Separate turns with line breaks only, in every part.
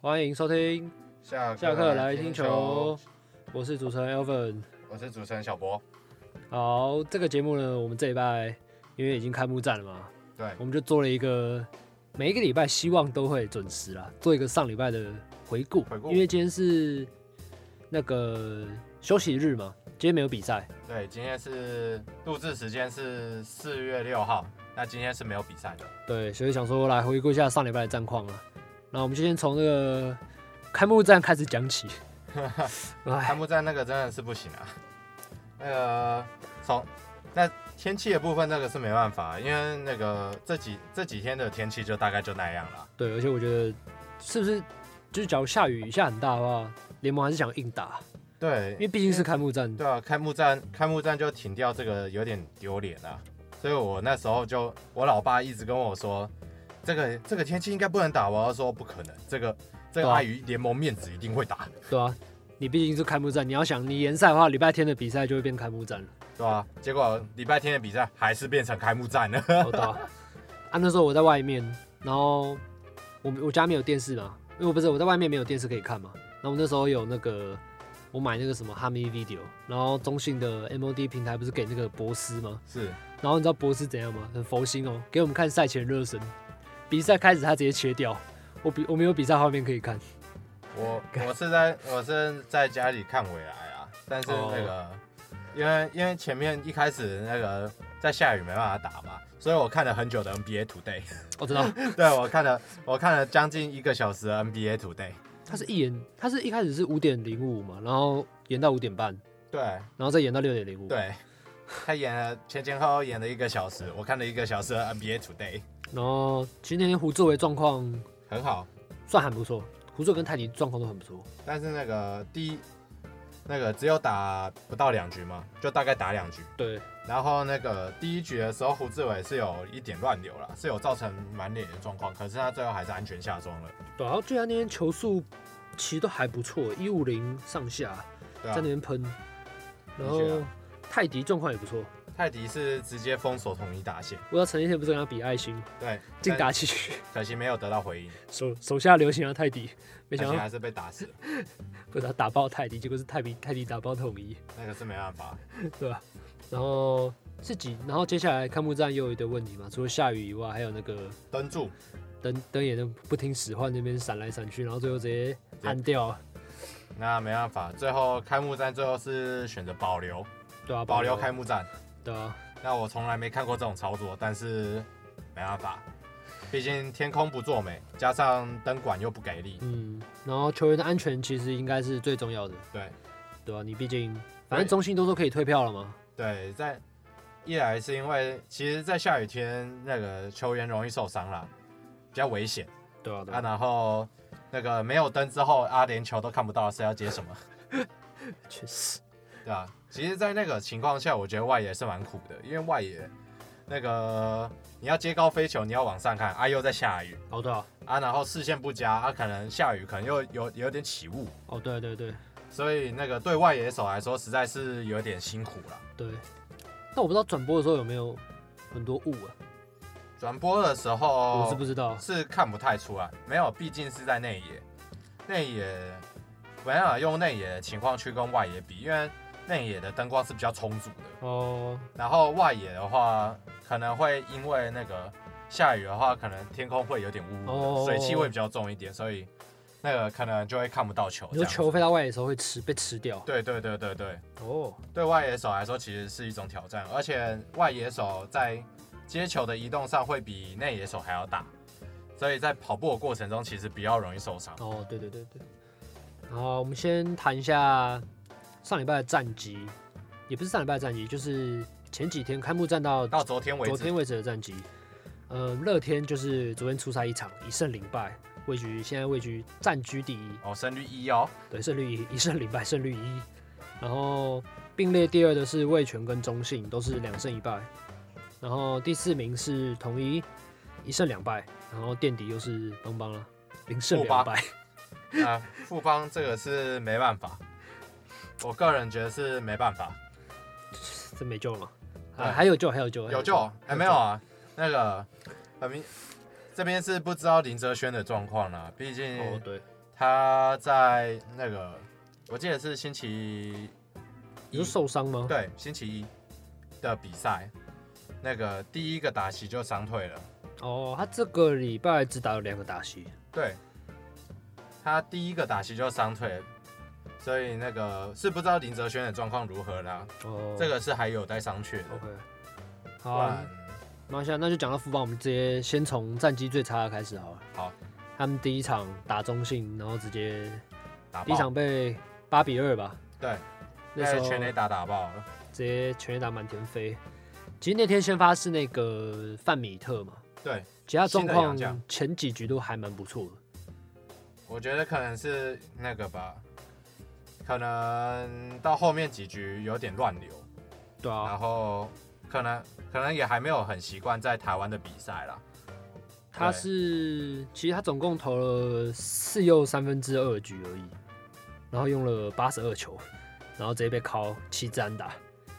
欢迎收听
下
下课来听球，，我是主持人 Elvin。
我是主持人小博。
好，这个节目呢，我们这礼拜因为已经开幕战了嘛，
对，
我们就做了一个每一个礼拜希望都会准时啦，做一个上礼拜的回顾。
回顾
因为今天是那个休息日嘛，今天没有比赛，
对，今天是录制时间是四月六号，那今天是没有比赛的。
对，所以想说来回顾一下上礼拜的战况啊。那我们就先从那个开幕战开始讲 起。哎
开，幕战那个真的是不行啊， 那个从那天气的部分那个是没办法，因为那个这几这几天的天气就大概就那样了。
对，而且我觉得是不是就是假如下雨下很大的话，联盟还是想硬打，
对，
因为毕竟是开幕战。
对啊，开幕战开幕战就停掉，这个有点丢脸啊。所以我那时候就，我老爸一直跟我说，这个这个天气应该不能打。我要说不可能，这个这
对
个
啊
碍于联盟面子一定会打，
对啊，你毕竟是开幕战，你要想你联赛的话，礼拜天的比赛就会变开幕战了。
对吧、结果礼拜天的比赛还是变成开 幕战了。
好 的啊。啊，那时候我在外面，然后我我家没有电视嘛，因为我不是我在外面没有电视可以看嘛。然后我那时候有那个我买那个什么哈密 Video，然后中信的 MOD 平台不是给那个博斯吗？
是，
然后你知道博斯怎样吗？很佛心哦，给我们看赛前热身。比赛开始他直接切掉，我比我没有比赛画面可以看。
我我是在我是在家里看未来啊，但是
哦
那个、因为因为前面一开始那个在下雨没办法打嘛，所以我看了很久的 NBA Today，
我知道，
对我看了我看了将近一个小时的 NBA Today。
他是一演，他是一开始是五点零五嘛，然后演到五点半，
对
然后再演到六点零五。，
对，他演了前前后后演了一个小时，我看了一个小时的 NBA Today，
然后其实那天胡志伟状况
很好。
算还不错，胡志伟跟泰迪状况都很不错。
但是那个第一，那个只有打不到两局嘛，就大概打两局。
对，
然后那个第一局的时候，胡志伟是有一点乱流了，是有造成满脸的状况，可是他最后还是安全下庄了。
对啊，然后居然那天球速其实都还不错，一五零上下，
对
在
啊
那，边喷。然后
的确啊
泰迪状况也不错，
泰迪是直接封锁统一打线，
我要陈奕迅不是跟他比爱心，
对，
进
但
打气去，
可惜没有得到回应，
手手下留情啊泰迪，没
可
想
惜
到
还是被打死了，
不是他打爆泰迪，结果是泰迪泰迪打爆统一，
那个是没办法。
对吧、然后是几，然后接下来开幕战又有一堆问题嘛，除了下雨以外，还有那个
登柱
灯灯也都不听使唤，那边闪来闪去，然后最后直接按掉，
那没办法，最后开幕战最后是选择保留，
对啊？
保留开，幕战。
对啊，
那我从来没看过这种操作，但是没办法，毕竟天空不作美，加上灯管又不给力，
嗯，然后球员的安全其实应该是最重要的，
对
对吧、你毕竟反正中信都说可以退票了嘛，
对，在一来是因为其实，在下雨天那个球员容易受伤啦，比较危险
对啊，对
啊。
啊，
然后那个没有灯之后，啊，连球都看不到，是要接什么，
确实，
对吧、其实，在那个情况下，我觉得外野是蛮苦的，因为外野那个你要接高飞球，你要往上看，啊，又在下雨。
哦对啊，
啊，然后视线不佳，啊，可能下雨，可能又有有点起雾，
哦对对对
所以那个对外野手来说，实在是有点辛苦了。
对，但我不知道转播的时候有没有很多雾啊，
转播的时
我是
候
不知道，
是看不太出来，没有，毕竟是在内野，内野没办法用内野的情况去跟外野比，因为内野的灯光是比较充足的，
哦，
然后外野的话可能会因为那个下雨的话，可能天空会有点雾雾的，
哦
水汽会比较重一点，所以那个可能就会看不到球。
你说
这样子
球飞到外野的时候会吃被吃掉，
对对对对对。
哦，
对外野手来说其实是一种挑战，而且外野手在接球的移动上会比内野手还要大，所以在跑步的过程中其实比较容易受伤。
哦，对对对对。然后我们先谈一下上礼拜的战绩，也不是上礼拜的战绩，就是前几天开幕战到
到昨天为
昨
止，
天为止的战绩。呃，乐天就是昨天出赛一场，一胜零败，位居现在位居暂居第一，
哦，胜率一哦，
对，胜率一，一胜零败，胜率一。然后并列第二的是味全跟中信，都是两胜一败。然后第四名是统一，一胜两败。然后垫底又是邦邦了，零胜
富邦
两败。
啊，富邦这个是没办法，我个人觉得是没办法，
这没救了吗？
对
啊，还有救，还有救，还
哎
哦
有救还没有？啊？那个很明，这边是不知道林哲轩的状况啦，毕
哦
竟，
对，
他在那个我记得是星期
你是受伤吗？
对星期一的比赛，那个第一个打席就伤退了。
哦，他这个礼拜只打了两个打席，
对，他第一个打席就伤退，所以那个是不知道林哲轩的状况如何啦。
哦，
这个是还有待商榷的。
OK，
不
好啊，
然
马来西亚那就讲到富邦，我们直接先从战绩最差的开始好了。
好，
他们第一场打中信，然后直接
打
第一
爆，
场被八比二吧，
对，
那
那
时
个
候
哎全垒打打爆了。
直接全垒打满天飞。其实那天先发是那个范米特嘛，
对，
其他状
新的
况
洋将
前几局都还蛮不错的。
我觉得可能是那个吧，可能到后面几局有点乱流，
对啊
然，后可能可能也还没有很习惯在台湾的比赛啦。
他
对
是其实他总共投了四又三分之二局而已，然后用了八十二球，然后直接被敲七支安打，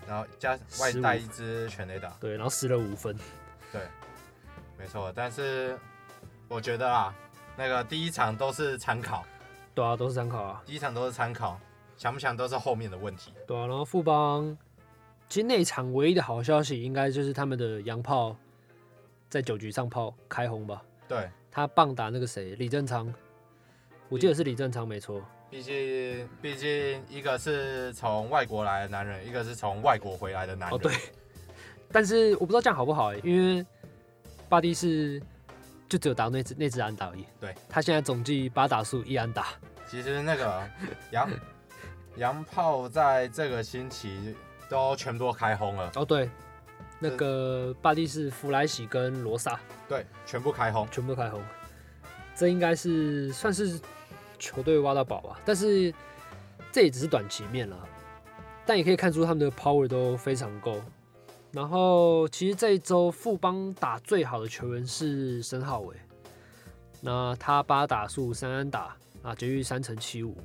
然后加外带一支全垒打，
对，然后失了五分。
没错。但是我觉得啊，那个第一场都是参考，
对啊，都是参考啊。
第一场都是参考，强不强都是后面的问题。
对啊，然后富邦其实那一场唯一的好消息，应该就是他们的洋炮在九局上炮开红吧。
对，
他棒打那个谁李正昌，我记得是李正昌没错。
毕竟毕竟一个是从外国来的男人，一个是从外国回来的男
哦
人。
对， 但是我不知道这样好不好哎、因为巴蒂是就只有打那只那只安打而已。
对，
他现在总计八打数一安打，
其实那个 洋洋炮在这个星期都全部都开轰了，
哦对，那个巴蒂是弗莱喜跟罗萨
对，全部开轰。
全部都开红，这应该是算是球队挖到宝吧，但是这也只是短期面啦，但也可以看出他们的 power 都非常够。然后其实这一周富邦打最好的球员是申浩伟，那他八打数三安打啊，绝育三乘七五，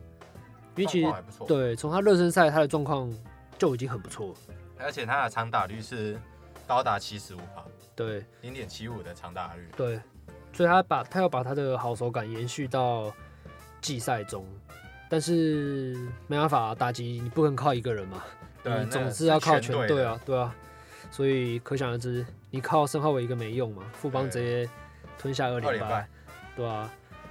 因为其实
状况还不错，
对从他热身赛他的状况就已经很不错了，
而且他的长打率是高达七十五帕，
对。
零点七五的长打率。
对，所以他把他要把他的好手感延续到季赛中，但是没办法，啊打击你不能靠一个人嘛，
对，
你总
那
是要靠
是
全
全
队
队
啊，对啊，所以可想而知，你靠申浩伟一个没用嘛，富邦直
对
接吞下二
二
连
连
败
败，
对啊，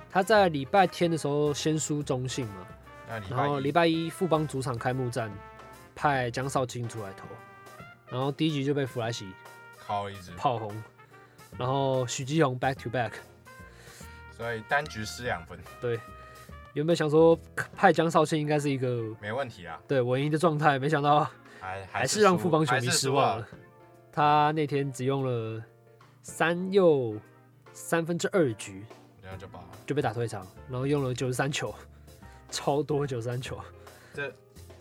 他在礼拜天的时候先输中信嘛，
那礼
然后
拜
礼
一
拜一富邦主场开幕战派江少庆出来投，然后第一局就被弗莱喜
靠一支，
炮轰，然后许基宏 back to back。
所以单局失两分，
原本想说派江少庆应该是一个
没问题啊。
对稳赢的状态，没想到还
还还
是让
输
富邦球迷
还是
失
输啊
望了。。他那天只用了三又三分之二局
然后就爆了。
就被打退场，然后用了九十三球，超多九十三球。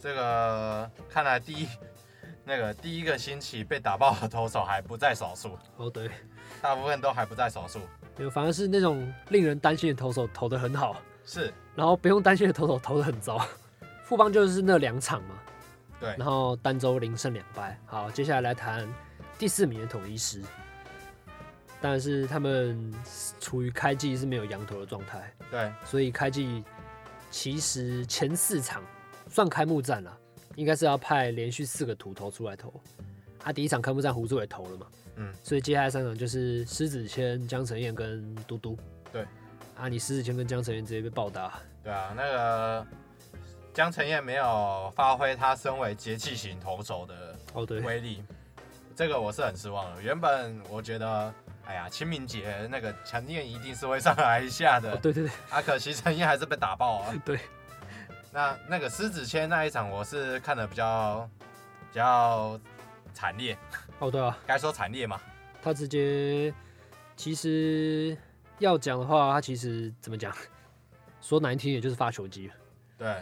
这个看来第一那个第一个星期被打爆的投手还不在少数，
哦，对，
大部分都还不在少数。
没有，反而是那种令人担心的投手投得很好，
是
然后不用担心的投手投得很糟。 富邦就是那两场嘛，
对
然后单周零胜两败。好，接下来来谈第四名的统一师，但是他们处于开季是没有羊头的状态，
对，
所以开季其实前四场算开幕战了，应该是要派连续四个土头出来投。他、第一场开幕战胡志伟投了嘛，
嗯，
所以接下来三场就是狮子谦、江晨燕跟嘟嘟。
对，
啊，你狮子谦跟江晨燕直接被暴打，
对啊，那个江晨燕没有发挥他身为节气型投手的
哦对，
威力，这个我是很失望的。原本我觉得，哎呀，清明节那个陈燕一定是会上来一下
哦
的，
对对对，
啊，可惜陈燕还是被打爆啊。
对，
那那个狮子谦那一场我是看的比较比较惨烈，
哦对啊，
该说惨烈吗？
他直接其实要讲的话，他其实怎么讲，说难听也就是发球机，
对，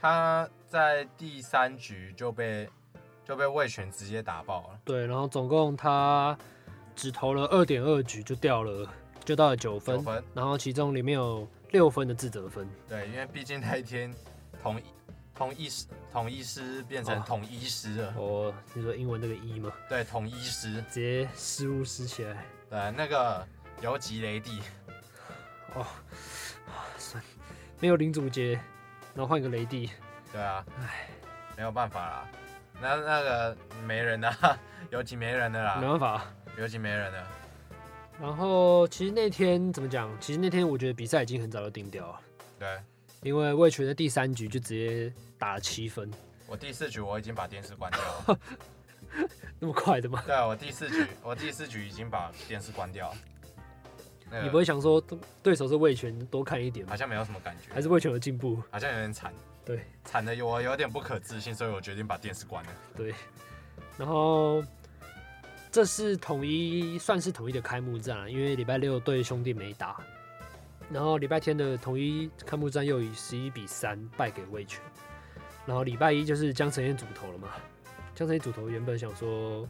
他在第三局就被就被魏权直接打爆了。
对，然后总共他只投了二点二局就掉了，就到了九分，
九分，
然后其中里面有六分的自责分，
对，因为毕竟那一天同一同一师统一师变成
哦
统一师了，
哦，你说英文那个一嘛，
对，统一师，
直接失误失起来，
啊对，那个尤吉雷蒂，
哦，啊算没有林祖杰，然后换一个雷帝，
对啊，没有办法啦，那那个没人 啊，尤其没人的
没
啦，
办法。啊
尤其没人的，
然后其实那天怎么讲？其实那天我觉得比赛已经很早就定掉了，
对
因为魏权的第三局就直接打了七分，
我第四局我已经把电视关掉了。
那么快的吗？
对啊，我第四局，我第四局已经把电视关掉了。那个
你不会想说对手是魏权多看一点
好
吗？
像没有什么感觉，
还是魏权有进步？
好像有点惨，
对
惨的我有点不可置信，所以我决定把电视关了。
对。然后这是统一算是统一的开幕战啊，因为礼拜六对兄弟没打，然后礼拜天的统一开幕战又以十一比三败给魏权，然后礼拜一就是江承彦主投了嘛。江承彦主投原本想说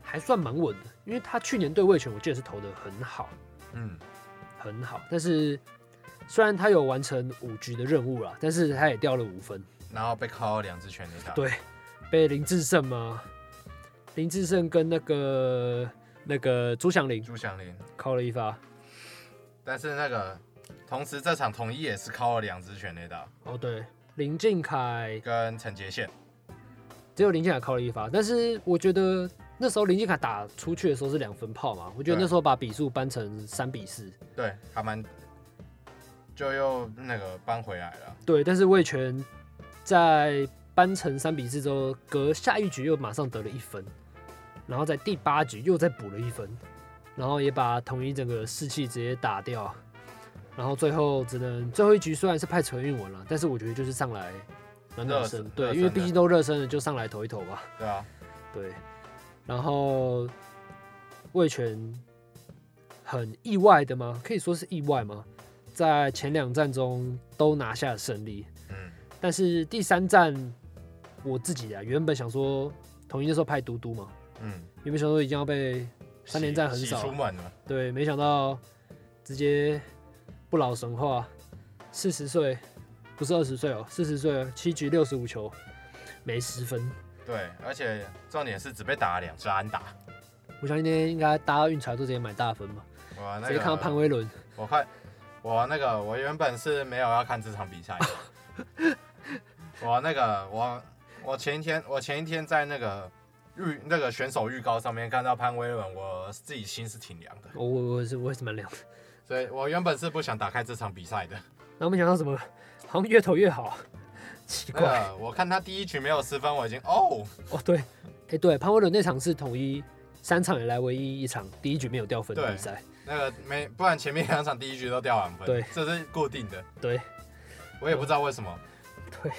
还算蛮稳的，因为他去年对魏权我记得是投的很好
嗯，
很好，但是虽然他有完成五局的任务啦，但是他也掉了五分，
然后被敲了两只全垒打。
对被林志胜嘛，林志胜跟那个那个朱祥林
朱祥林，
敲了一发，
但是那个同时这场统一也是敲了两只全垒打，
哦对，林俊凯
跟陈杰宪。
只有林俊凯靠了一发，但是我觉得那时候林俊凯打出去的时候是两分炮嘛，我觉得
对
那时候把比数扳成三比四，
对，还蛮就又那个搬回来了。
对，但是魏权在扳成三比四之后，隔下一局又马上得了一分，然后在第八局又再补了一分，然后也把统一整个士气直接打掉，然后最后只能最后一局虽然是派陈运文了，但是我觉得就是上来暖暖
热
身
身，热
对，
身
因为毕
的
竟都热身了，就上来投一投吧。
对啊，
对，然后魏权很意外的吗？可以说是意外吗？在前两战中都拿下了胜利，
嗯，
但是第三战我自己啊，原本想说统一那时候派嘟嘟嘛，
嗯，
原本想说一定要被三连战很
洗
少啊
洗出门了，
对，没想到直接不老神话，四十岁不是二十岁哦，四十岁了七局六十五球没失分，
对，而且重点是只被打了两只安打，
我相信今天应该大家运彩都直接买大分吧。
哇，那
直接
个啊
看到潘威伦，
我看我那个我原本是没有要看这场比赛的， 我那个我我前一天我前一天在那个预那个选手预告上面看到潘威伦，我自己心是挺凉的，
哦我我我是我也是蛮凉的。
所以我原本是不想打开这场比赛的。
然后没想到什么，好像越投越好，奇
那
怪、
个啊我看他第一局没有失分，我已经哦，
哦。对，哎、对，潘威伦那场是统一三场以来唯一一场第一局没有掉分的
对
比赛。
那个没不然前面两场第一局都掉满分，
对
这是固定的，
对
我也不知道为什么。
对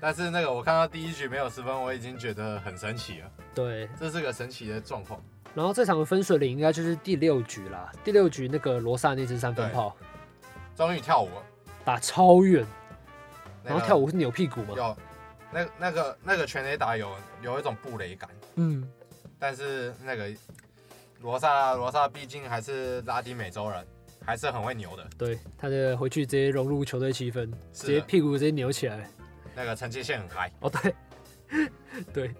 但是那个我看到第一局没有失分，我已经觉得很神奇了，
对，
这是个神奇的状况。
然后这场的分水岭应该就是第六局啦。第六局那个罗萨那支三分
对
炮
终于跳舞了，
打超远，
那
然
个
哦后跳舞是扭屁股嘛？
有那那个那个全垒打有有一种布雷感，
嗯，
但是那个罗萨罗萨毕竟还是拉丁美洲人，还是很会牛的。
对，他的回去直接融入球队气氛，直
是
接
的
屁股直接扭起来。
那个陈杰宪很嗨，
哦，对， 对，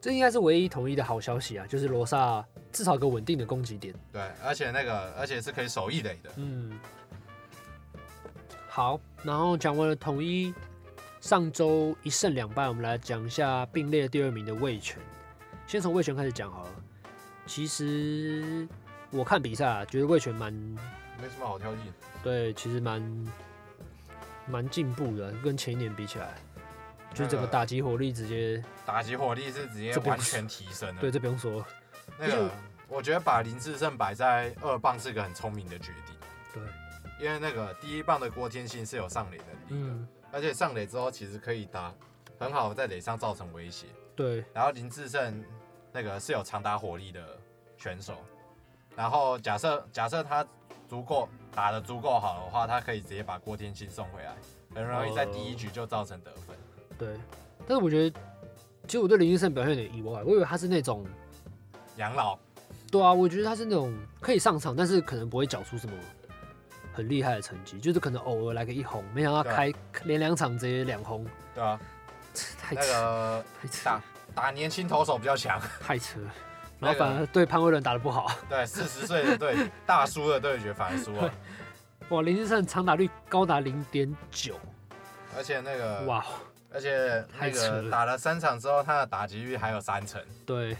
这应该是唯一统一的好消息啊，就是罗萨至少有个稳定的攻击点。
对，而且那个而且是可以手艺垒的，
嗯，好，然后讲完了统一上周一胜两败，我们来讲一下并列第二名的魏权。先从魏权开始讲好了。其实我看比赛啊，觉得魏权蛮
没什么好挑剔。
对，其实蛮蛮进步的，跟前一年比起来，就是整个
那个
打击火力直接
打击火力是直接
这不
完全提升了。
对，这不用说了。
那个我觉得把林志胜摆在二棒是个很聪明的决定，
对，
因为那个第一棒的郭天信是有上垒能力的，
嗯，
而且上垒之后其实可以打很好在垒上造成威胁。
对，
然后林志胜那个是有长打火力的选手，然后假设假设他足够打得足够好的话，他可以直接把郭天信送回来，很容易在第一局就造成得分。
对，但是我觉得，其实我对林医生表现有点意外，我以为他是那种，
养老
对啊，我觉得他是那种可以上场，但是可能不会缴出什么很厉害的成绩，就是可能偶尔来个一红，没想到
对啊
开连两场直接两红，
对吧、啊？
太
那
扯，
个
太扯
打，打年轻投手比较强，
太扯了。然
那
后
个
反而对潘威伦打得不好，
对四十岁的对大叔的对决反而输了，啊
哇，林志胜长打率高达零点九，
而且那个，
哇，
而且那
太扯
个
了
打了三场之后，他的打击率还有三成。
对，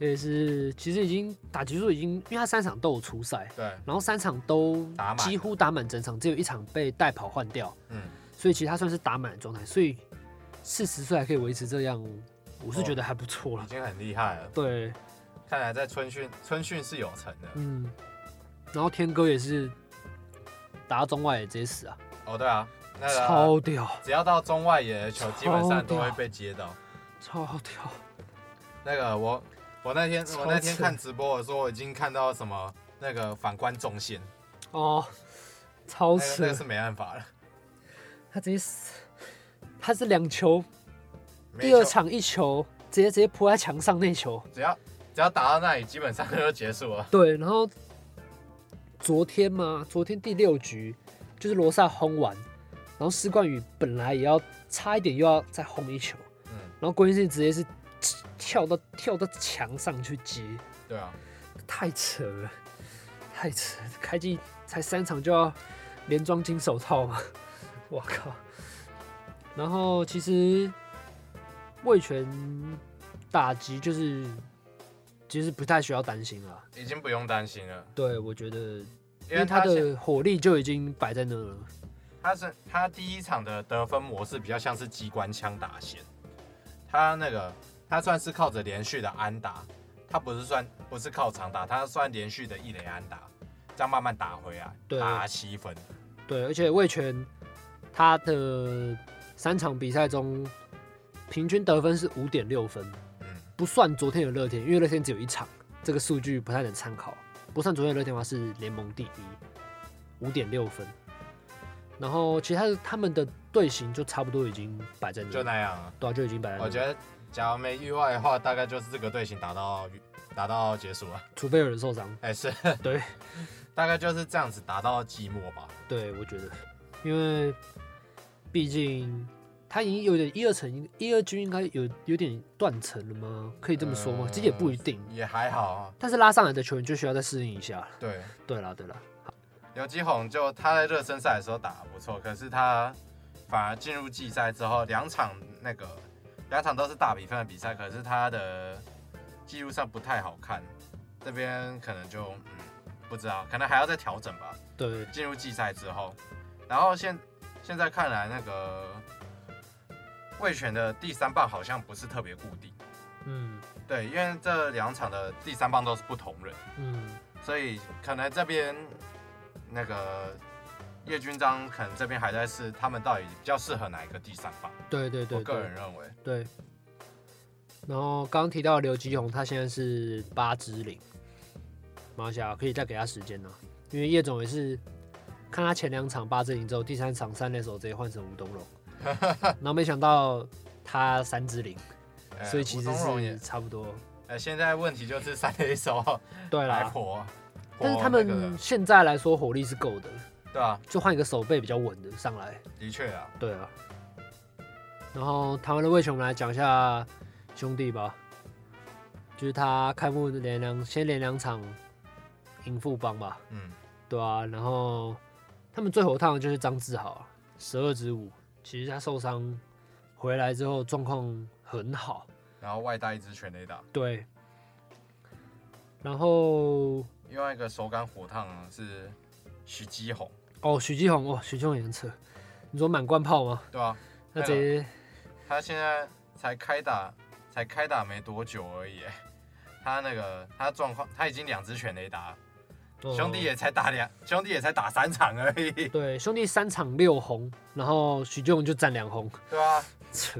也是其实已经打击数已经，因为他三场都有出赛，
对，
然后三场都
打满
几乎打满整场，只有一场被带跑换掉，
嗯，
所以其实他算是打满的状态，所以四十岁还可以维持这样，我是
哇
觉得还不错了
已。经很厉害了。
对，
看来在春训，春训是有成的。
嗯，然后天哥也是打到中外也直接死啊，
哦，对啊，那个
超屌，
只要到中外野的球，基本上
超
都
屌
会被接到。
超屌，
那个我，我那天我那天
超扯
看直播的时候，我已经看到什么那个反观中线，
哦，超
那个
扯
哎那个，是没办法了。
他直接死，他是两球，
没
第二
球
场一球直接直接扑在墙上那球，
只要只要打到那里，基本上 就结束了。
对，然后昨天嘛，昨天第六局就是罗萨轰完，然后施冠宇本来也要差一点又要再轰一球，
嗯，
然后郭先生直接是跳到跳到墙上去接，
对啊，
太扯了，太扯了！开季才三场就要连装金手套吗？我靠！然后其实魏权打击就是其实不太需要担心了。
已经不用担心了，
对，我觉得
因
因
为
为他
他现
的火力就已经摆在那了。
他是他第一场的得分模式比较像是机关枪打线，他那个他算是靠着连续的安打，他不是算不是靠长打，他算连续的一垒安打，这样慢慢打回来，
对
打七分，
对，而且魏权他的三场比赛中平均得分是五点六分，
嗯，
不算昨天有乐天，因为乐天只有一场，这个数据不太能参考。不算昨天有乐天的话是联盟第一，五点六分。然后其他的他们的队形就差不多已经摆在那
就
里，
那样啊。
对啊，就已经摆在那。
我觉，得假如没意外的话，大概就是这个队形打到打到结束了，
除非有人受伤，
哎、是
对，
大概就是这样子打到季末吧，
对我觉得，因为毕竟他已经有点一二层，一二军应该有有点断层了吗？可以这么说吗？
呃
这也不一定，
也还好啊。
但是拉上来的球员就需要再适应一下了。
对，
对啦，对啦，
刘基宏就他在热身赛的时候打得不错，可是他反而进入季赛之后，两场那个两场都是大比分的比赛，可是他的记录上不太好看，这边可能就嗯不知道，可能还要再调整吧。
对，
进入季赛之后，然后现现在看来那个魏权的第三棒好像不是特别固定，
嗯
对，因为这两场的第三棒都是不同人。
嗯。
所以可能这边那个叶军章，可能这边还在试他们到底比较适合哪一个第三棒。
对对对，
我个
对
人认为，
对。然后刚刚提到的刘基宏，他现在是八支零，马来西亚可以再给他时间呢、因为叶总也是看他前两场八支零之后，第三场三垒手直接换成吴东 龙，然后没想到他三支零，
呃
所以其实
吴宗荣也
是，差不多。
呃，现在问题就是三垒手啊
对
来
啦，
活，
但是
活
他
那个
们
的
现在来说火力是够的，
对啊，
就换一个手背比较稳的上来。
的确啊，
对啊。然后台湾的魏权，我们来讲一下兄弟吧，就是他开幕连两先连两场赢富邦吧，
嗯，
对啊，然后他们最火烫的就是张志豪，啊十二支五，其实他受伤回来之后状况很好，
然后外带一支全垒打，
对。然后
另外一个手感火烫的是徐基宏，
哦，许继宏，哇，许继宏也很扯，你说满贯炮吗？
对啊，
那直接
他现在才开打，才开打没多久而已，哎他那个他状况他已经两支全垒打了，兄弟
哦
也才打两，兄弟也才打三场而 已。
对，兄弟三场六红，然后许继宏就占两红，
对啊，
扯，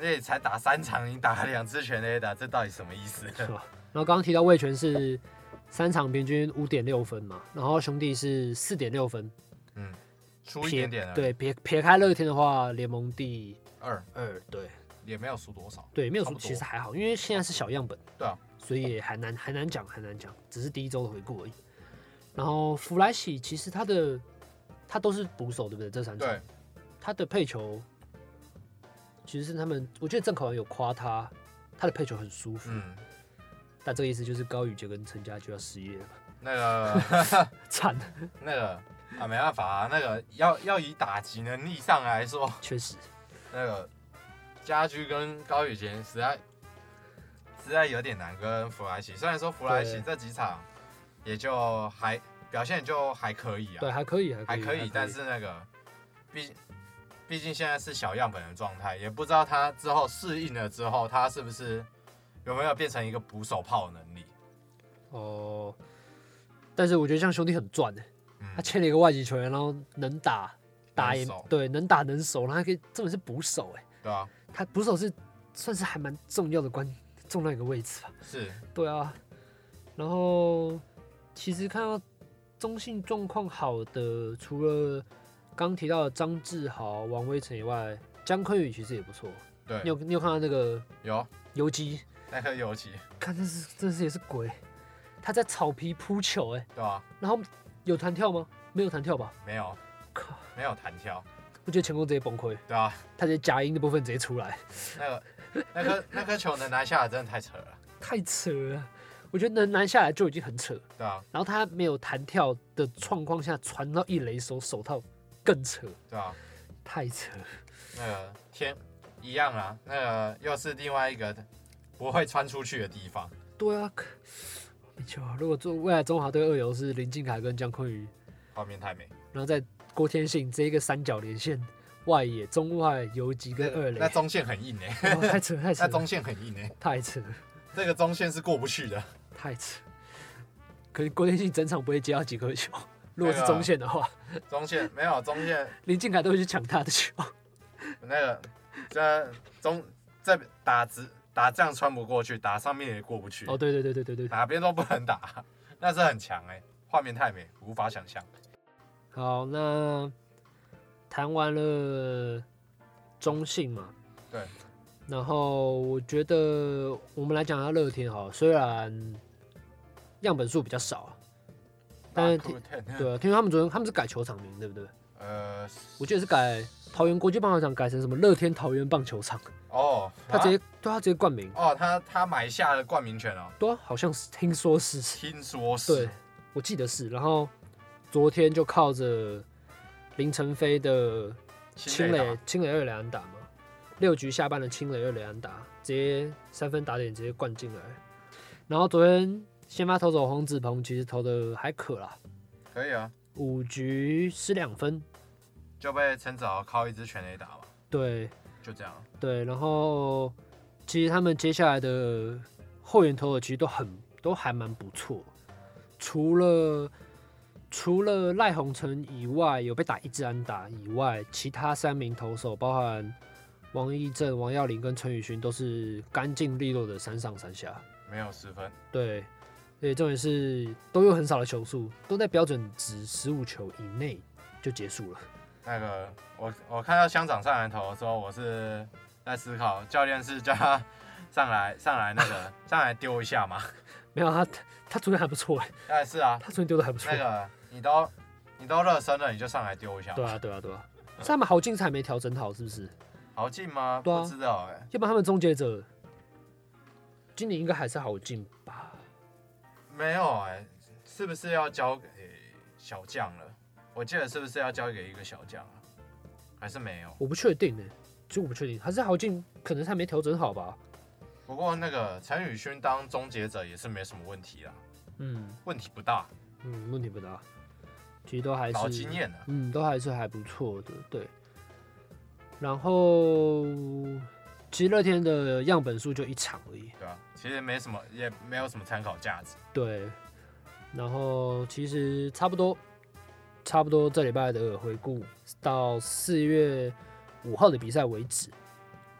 你也才打三场，你打两支全垒打，这到底什么 意思？
是吧？然后刚刚提到魏权是三场平均五点六分嘛，然后兄弟是四点六分，
输一点点啊而已，
对，撇撇开乐天的话，联盟第
二
二，对
也没有输多少。
对，没有
差
说
不多
其实还好，因为现在是小样本，
对啊，
所以也还难还难讲还难讲，只是第一周的回顾而已。然后弗莱喜其实他的他都是捕手，对不对？这三场
对，
他的配球其实是他们，我觉得郑考文有夸他，他的配球很舒服。
嗯，
但这个意思就是高宇杰跟陈家就要失业了。
那个
惨，
那个啊，没办法啊，那个要要以打击能力上来说，
确实，
那个家驹跟高宇贤实在实在有点难跟弗莱奇。虽然说弗莱奇
对
这几场也就还表现就还可以
对，
啊，
还可以，还可
还
以，
可以，但是那个毕毕竟现在是小样本的状态，也不知道他之后适应了之后，他是不是有没有变成一个捕手炮的能力。
哦，但是我觉得这样兄弟很赚哎，
嗯
他签了一个外籍球员，然后能打打也
能守
对，能打能守，然后还可以重点是捕手哎，
对啊，
他捕手是算是还蛮重要的关重要一个位置吧。
是
对啊，然后其实看到中信状况好的，除了刚提到的张志豪、王威成以外，姜昆宇其实也不错。
对
你，有你有看到那个
有
游击？
那个尤其，
看这是这是也是鬼，他在草皮扑球哎、
对啊，
然后有弹跳吗？没有弹跳吧？
没有
靠，
没有弹跳，
我觉得前攻直接崩溃，
对啊，
他直接假音的部分直接出来，
那 个那颗那颗球能拿下来真的太扯了，
太扯了。我觉得能拿下来就已经很扯，
对啊，
然后他没有弹跳的状况下传到一垒手手套更扯。
对啊，
太扯了，
那个天一样啊，那个又是另外一个不会穿出去的地方，
对啊，可没错。如果做未来中华队二游是林敬凯跟姜坤宇，
画面太美。
然后再郭天信这一个三角连线，外野、中外、游击跟二垒
那，中线很硬哎、
哇太扯太扯
那中线很硬哎、
太扯
这个中线是过不去 的。
太扯。可是郭天信整场不会接到几颗 球，如果是中线的话，
中线没有中线
林敬凯都会去抢他的球。
那个这中这打直打这样穿不过去，打上面也过不去，
哦，对对对对对对。
哪边都不能打，那是很强哎、画面太美，无法想象。
好，那谈完了中性嘛，
对。
然后我觉得我们来讲一下乐天好了，虽然样本数比较少啊，但是
马库特
对啊，听说他们昨天他们是改球场名，对不对？
呃，
我记得是改桃园国际棒球场改成什么乐天桃园棒球场，
哦，
他
啊
直接、对他直接冠名，
哦，他他买下了冠名权哦，
对啊，好像是听说是
听说是
对，，我记得是。然后昨天就靠着林晨飞的
清
清
磊
磊清磊二垒安打嘛，六局下半的清磊二垒安打，直接三分打点直接灌进来。然后昨天先发投手黄子鹏其实投的还可啦，
可以啊，
五局失两分，
就被陈子豪靠一支全垒打嘛，
对
就这样，
对。然后其实他们接下来的后援投手其实都很都还蛮不错，除了。除了赖鸿成以外，有被打一支安打以外，其他三名投手，包含王义正、王耀林跟陈宇勋，都是干净利落的三上三下。
没有失分，
对，而且重点是都有很少的球数，都在标准值十五球以内就结束了。
那个我我看到乡长上来投的时候，我是在思考，教练是叫他上来上来那个上来丢一下嘛，
没有他，他昨天还不错哎，
但是啊，
他昨天丢的还不错
那。个你都你都热身了，你就上来丢一下，
对啊，对啊，对啊。是他们豪进还没调整好，是不是？
好进吗？
对啊
不知道哎、
要不然他们终结者今年应该还是豪进吧？
没有哎、是不是要交给小将了？我记得是不是要交给一个小将啊？还是没有？
我不确定哎，其实我不确定，还是豪进可能是还没调整好吧？
不过那个陈宇勋当终结者也是没什么问题啦，
嗯
问题不大，
嗯，问题不大，其实都还是
老经验了。
嗯，都还是还不错的，对。然后其实乐天的样本数就一场而已，
对啊，其实没什么，也没有什么参考价值。
对。然后其实差不多，差不多这礼拜的回顾到四月五号的比赛为止，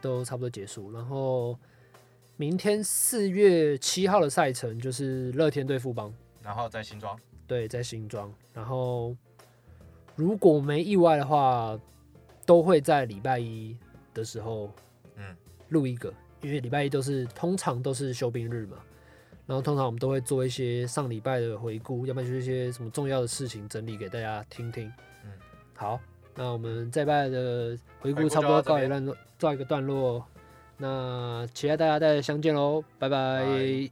都差不多结束。然后明天四月七号的赛程就是乐天对富邦。
然后在新庄，
对，在新庄。然后如果没意外的话，都会在礼拜一的时候，
嗯，
录一个，因为礼拜一都是通常都是休兵日嘛。然后通常我们都会做一些上礼拜的回顾，要不然就是一些什么重要的事情整理给大家听听。
嗯，
好，那我们这礼拜的回
回
顾
顾
差不多
就到这
告一
边
段落，告一个段落。那期待大家再相见喽，拜拜